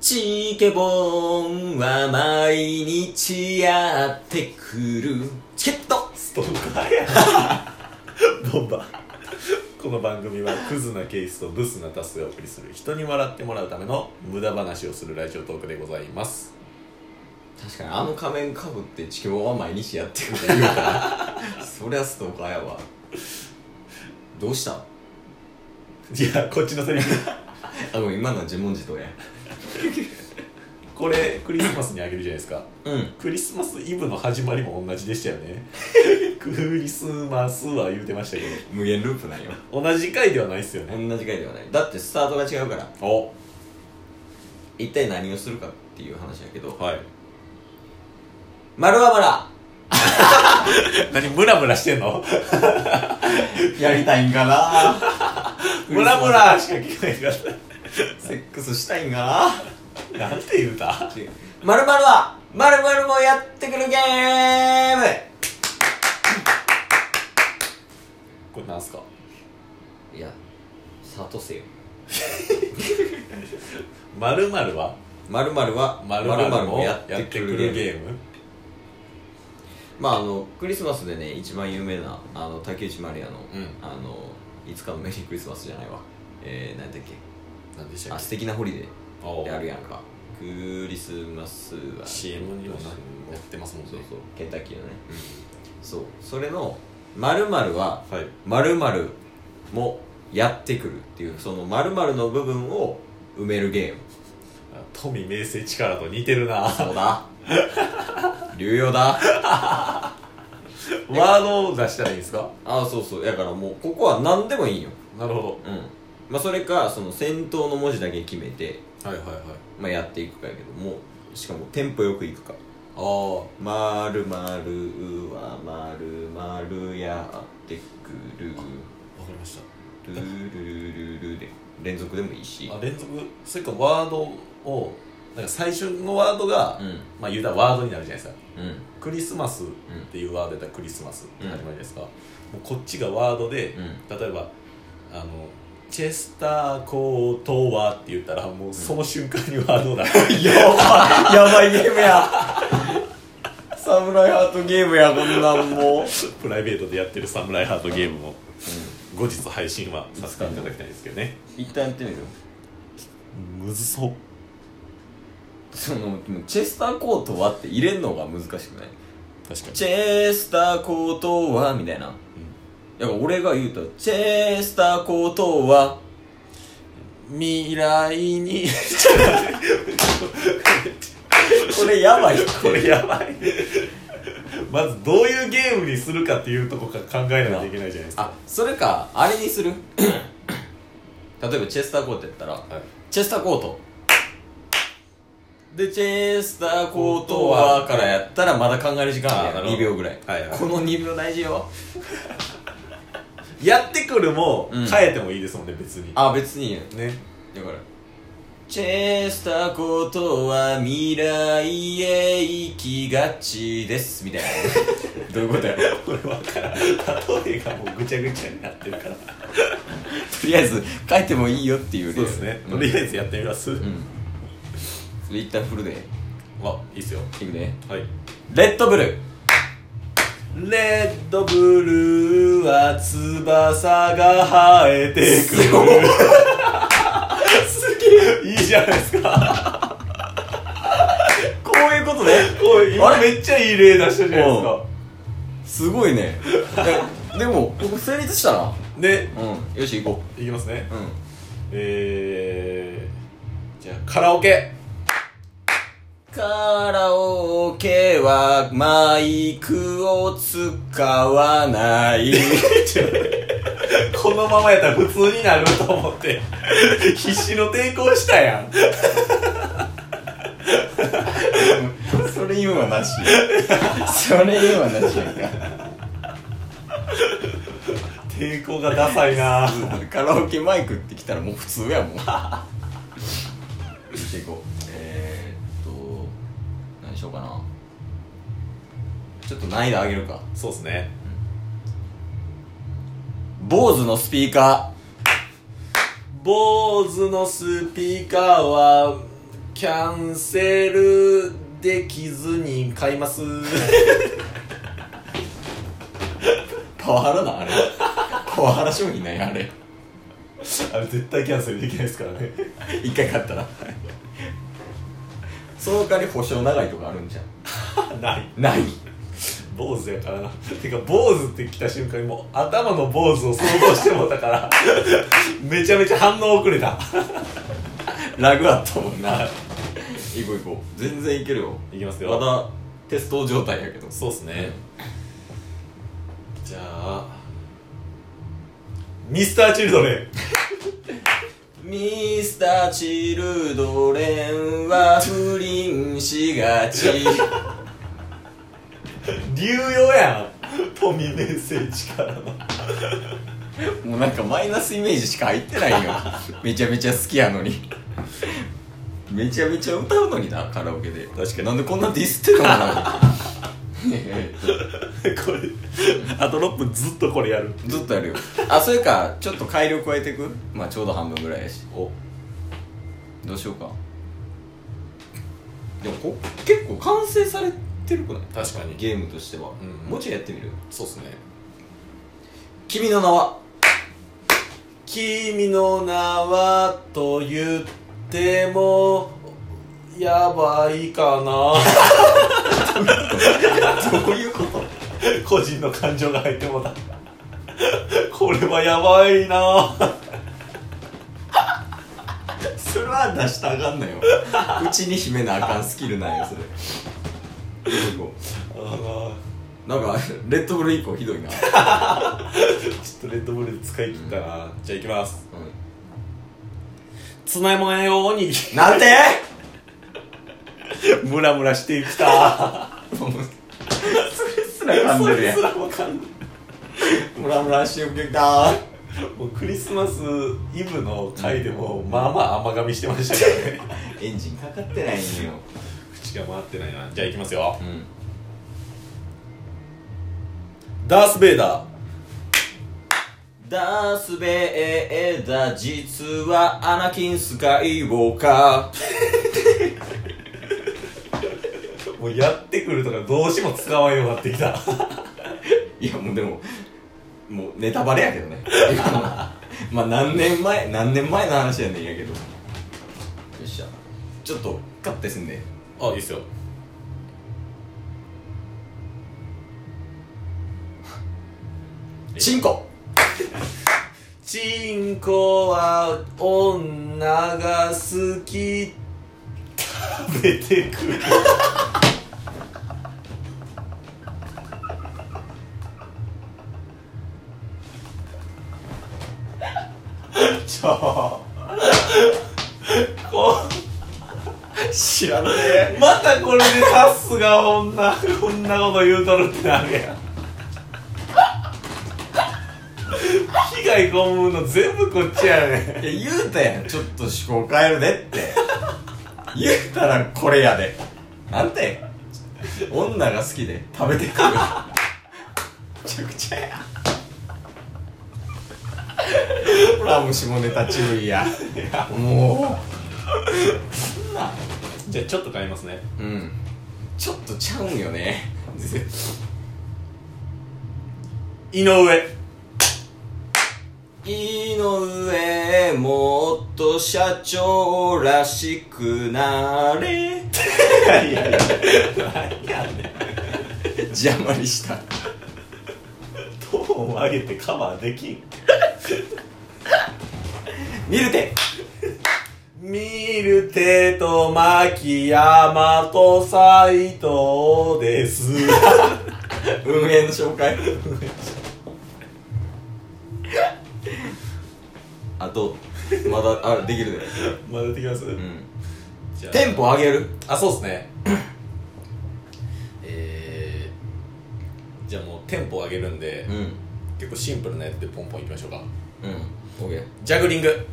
チケボンは毎日やってくるチケットストーカーやボンバーこの番組はクズなケースとブスなタスでお送りする人に笑ってもらうための無駄話をするラジオトークでございます確かにあの仮面かぶってチケボンは毎日やってくる言うから そりゃストーカーやわどうしたあいやこっちのセリフごめん今のは自問自答やこれクリスマスにあげるじゃないですかうんクリスマスイブの始まりも同じでしたよねクリスマスは言うてましたけ無限ループなんよど同じ回ではないっすよ同ねじ回ではないだってスタートが違うからお一体何をするかっていう話やけどはい丸はまだ何ムラムラしてんの やりたいんか なムラムラしか聞こえなかっセックスしたいんかたなんて言うたなまるまるはまるまるもやってくるゲームこれなんすかいやさとせよまるまるはまるまるはまる〇ま〇るももややっっててくるくるゲゲームームまああのクリスマスでね一番有名なあの竹内まりやの,、うんあのいつかのメリークリスマスじゃないわえー、なんだっけなんでしあ素敵なホリデおーやるやんかクリスマスは CM にもなやってますもんねそうそうケンタッキーのねそうそれのまるまるははいまるまるもやってくるっていうそのまるまるの部分を埋めるゲーム富名声力と似てるなそうだ流用だ ワードを出したらいいんですかああそうそうだからもうここは何でもいいんよなるほうんまあそれかその先頭の文字だけ決めて、どはいはいはいまあ、やっていくかやけどもしかもテンポよくいくかあ「まるまるはまるまるやってくるあわかりまし」ルルルルルで連続でもいいしたあ連続それかワードをなんか最初のワードが、うんまあ言うたらワードになるじゃないですかうんクリスマスっていうワードやったらクリスマスって始まりですか、もうこっちがワードで、う例えばあのチェスターコートはって言ったらもうその瞬間にワードだ、やばい、やばいゲームや。サムライハートゲームや、こんなんもう。プライベートでやってるサムライハートゲームも後日配信はさせていただきたいですけどね一旦やってみるむずそうその、でもチェスターコートはって入れんのが難しくない確かにチェスターコートは、みたいな。だから俺が言うと、チェスターコートは、未来に これやばいって。これやばいまずどういうゲームにするかっていうとこから考えないといけないじゃないですかあ、それか、あれにする 例えばチェスターコートやったら、はいチェスターコート。で、チェスターコートはからやったらまだ考える時間ああーなるるやん。2秒ほどぐらい。はいはいこの2秒大事よ。やってくるもうん変えてもいいですもんね別にあ、別にいいよねだから。チェスターコートは未来へ行きがちです。みたいな。 どういうことやろこれ分からん例えがもうぐちゃぐちゃになってるからとりあえず、書いてもいいよっていうそうですね、うんとりあえずやってみます、うん。それ一旦フルで、あいいっすよいくね。はいレッドブルレッドブルーは翼が生えてくるすげえいいじゃないですかこういうことねおいあ今れめっちゃいい例出したじゃないですかすごいねえでもここ成立したなでうんよし行こいきますねううんえー、じゃあカラオケカラオケはマイクを使わないこのままやったら普通になると思って必死の抵抗したやん それ言うはなし それ言うはなしやんか抵抗がダサいな カラオケマイクってきたらもう普通や もんよし行こうえー、っと何しようかなちょっと難易度上げるかそうっすね坊主のスピーカー坊主のスピーカーはキャンセルできずに買いますパワハラ だあれパワハラ商品なんやあれ あれ絶対キャンセルできないですからね 一回買ったらその代わり保証長いとかあるんじゃんないない坊主やからなてか坊主って来た瞬間にもう頭の坊主を想像してもうたから めちゃめちゃ反応遅れたラグあったもんな行こう行こう全然いけるよいきますまだテスト状態やけどそうっすねじゃあミスターチルドレンミスターチルドレンは不倫しがち流用やん富メッセージからのもうなんかマイナスイメージしか入ってないよめちゃめちゃ好きやのにめちゃめちゃ歌うのになカラオケで確かになんでこんなディスってるのかなねえ これあと6分ずっとこれやるずっとやるよあそれかちょっと改良加えていくまあちょうど半分ぐらいやしおどうしようかでもこ結構完成されてるくない確かにゲームとしては、うんもうちょいやってみるそうっすね君の名は君の名はと言ってもやばいか などういうこと個人の感情が入ってもうたこれはやばい なそれは出したらあかんのようちに秘めなあかんスキルなんよそれあなんかレッドブル以降ひどいな、ーちょっとレッドブル使い切ったな、じゃあいきますつまもえをおにぎり なんて ムラムラしてきたもうそれすら噛んでるやん それすらわかんないムラムラしておけたもうクリスマスイブの回でもまあまあ甘噛みしてましたからねエンジンかかってないんよ、口が回ってないなじゃあいきますようん、ダース・ベイダーダースベイダー実はアナキン・スカイウォーカーもうやってくるとかどうしても使わんようになってきたいやもうでももうネタバレやけどね 今のまあ何年前何年前の話やねんやけどよっしゃちょっとカッてすんで、ね、あいいっすよチンコチンコは女が好き食べてくるちょこ知らねえまたこれでタスが女こんなこと言うとるってなる やん被害被るの全部こっちやねんいや言うたやんちょっと思考変えるでって言うたらこれやでなんて女が好きで食べてくるめちゃくちゃやほらもう下ネタ注意やもじゃあちょっと変えますねううんちょっとちゃうんよね 井上井上もっと社長らしくなれ いやいやいや何やねん邪魔にしたトーンを上げてカバーできん見るてミルテと牧山と斎藤です運営の紹介あとまだあできるで、 まだできます、うん、じゃあテンポ上げるあそうですねえー、じゃあもうテンポを上げるんで、うん結構シンプルなやつでポンポンいきましょうかうん OK ジャグリング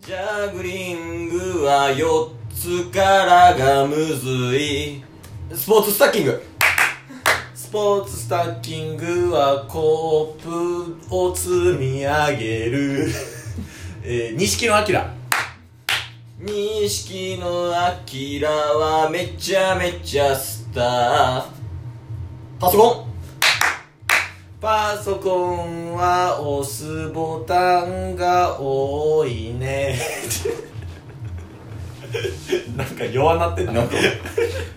ジャグリングは4つからがむずいスポーツスタッキングスポーツスタッキングはコープ を積み上げるえー、錦野明錦錦のアキラはめちゃめちゃスターパソコパソコンは押すボタンが多いねなんか弱なってんンのなんか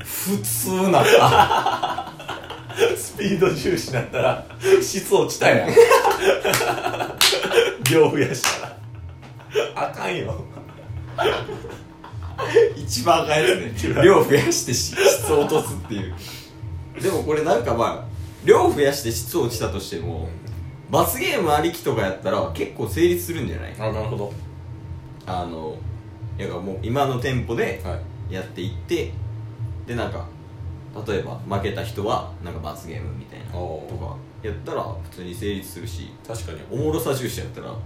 普通なったスピード重視になったら質落ちたやん量増やしたらあかんよ 一番赤いやつね量増やしてし質を落とすっていうでもこれなんかまあ量増やして質落ちたとしても罰ゲームありきとかやったら結構成立するんじゃないあなるほどあのいやもう今の店舗ではいやっていってでなんか例えば負けた人はなんか罰ゲームみたいなおーとかやったら普通に成立するし確かにおもろさ重視やったらも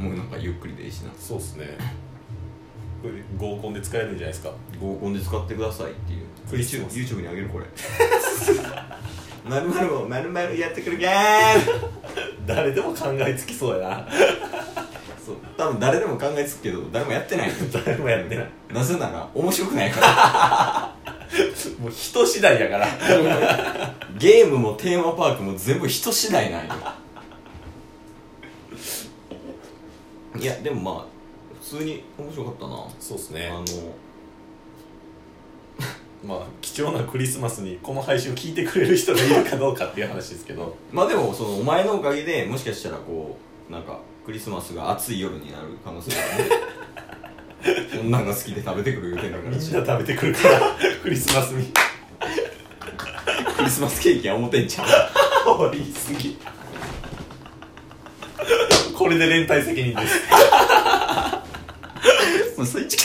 うなんかゆっくりでいいしなそうっすねこれ合コンで使えるんじゃないですか合コンで使ってくださいっていうクリスマス YouTube, YouTube にあげるこ れまるまるをまるまるやってくるゲー ム誰でも考えつきそうやなそう多分誰でも考えつくけど誰もやってない誰もやってないなぜなら面白くないかもう人次第やかららゲームもテーマパークも全部人次第なんよいやでもまあ普通に面白かったな、そうっすねあのまあ貴重なクリスマスにこの配信を聞いてくれる人がいるかどうかっていう話ですけどまあでもそのお前のおかげでもしかしたらこうなんかクリスマスが暑い夜になる可能性があ るね女が好きで食べてくる予定だかみんらなし食べてくるから クリスマス にクリスマスケーキは表にちゃうおい言い過ぎこれで連帯責任です もうそれチケッ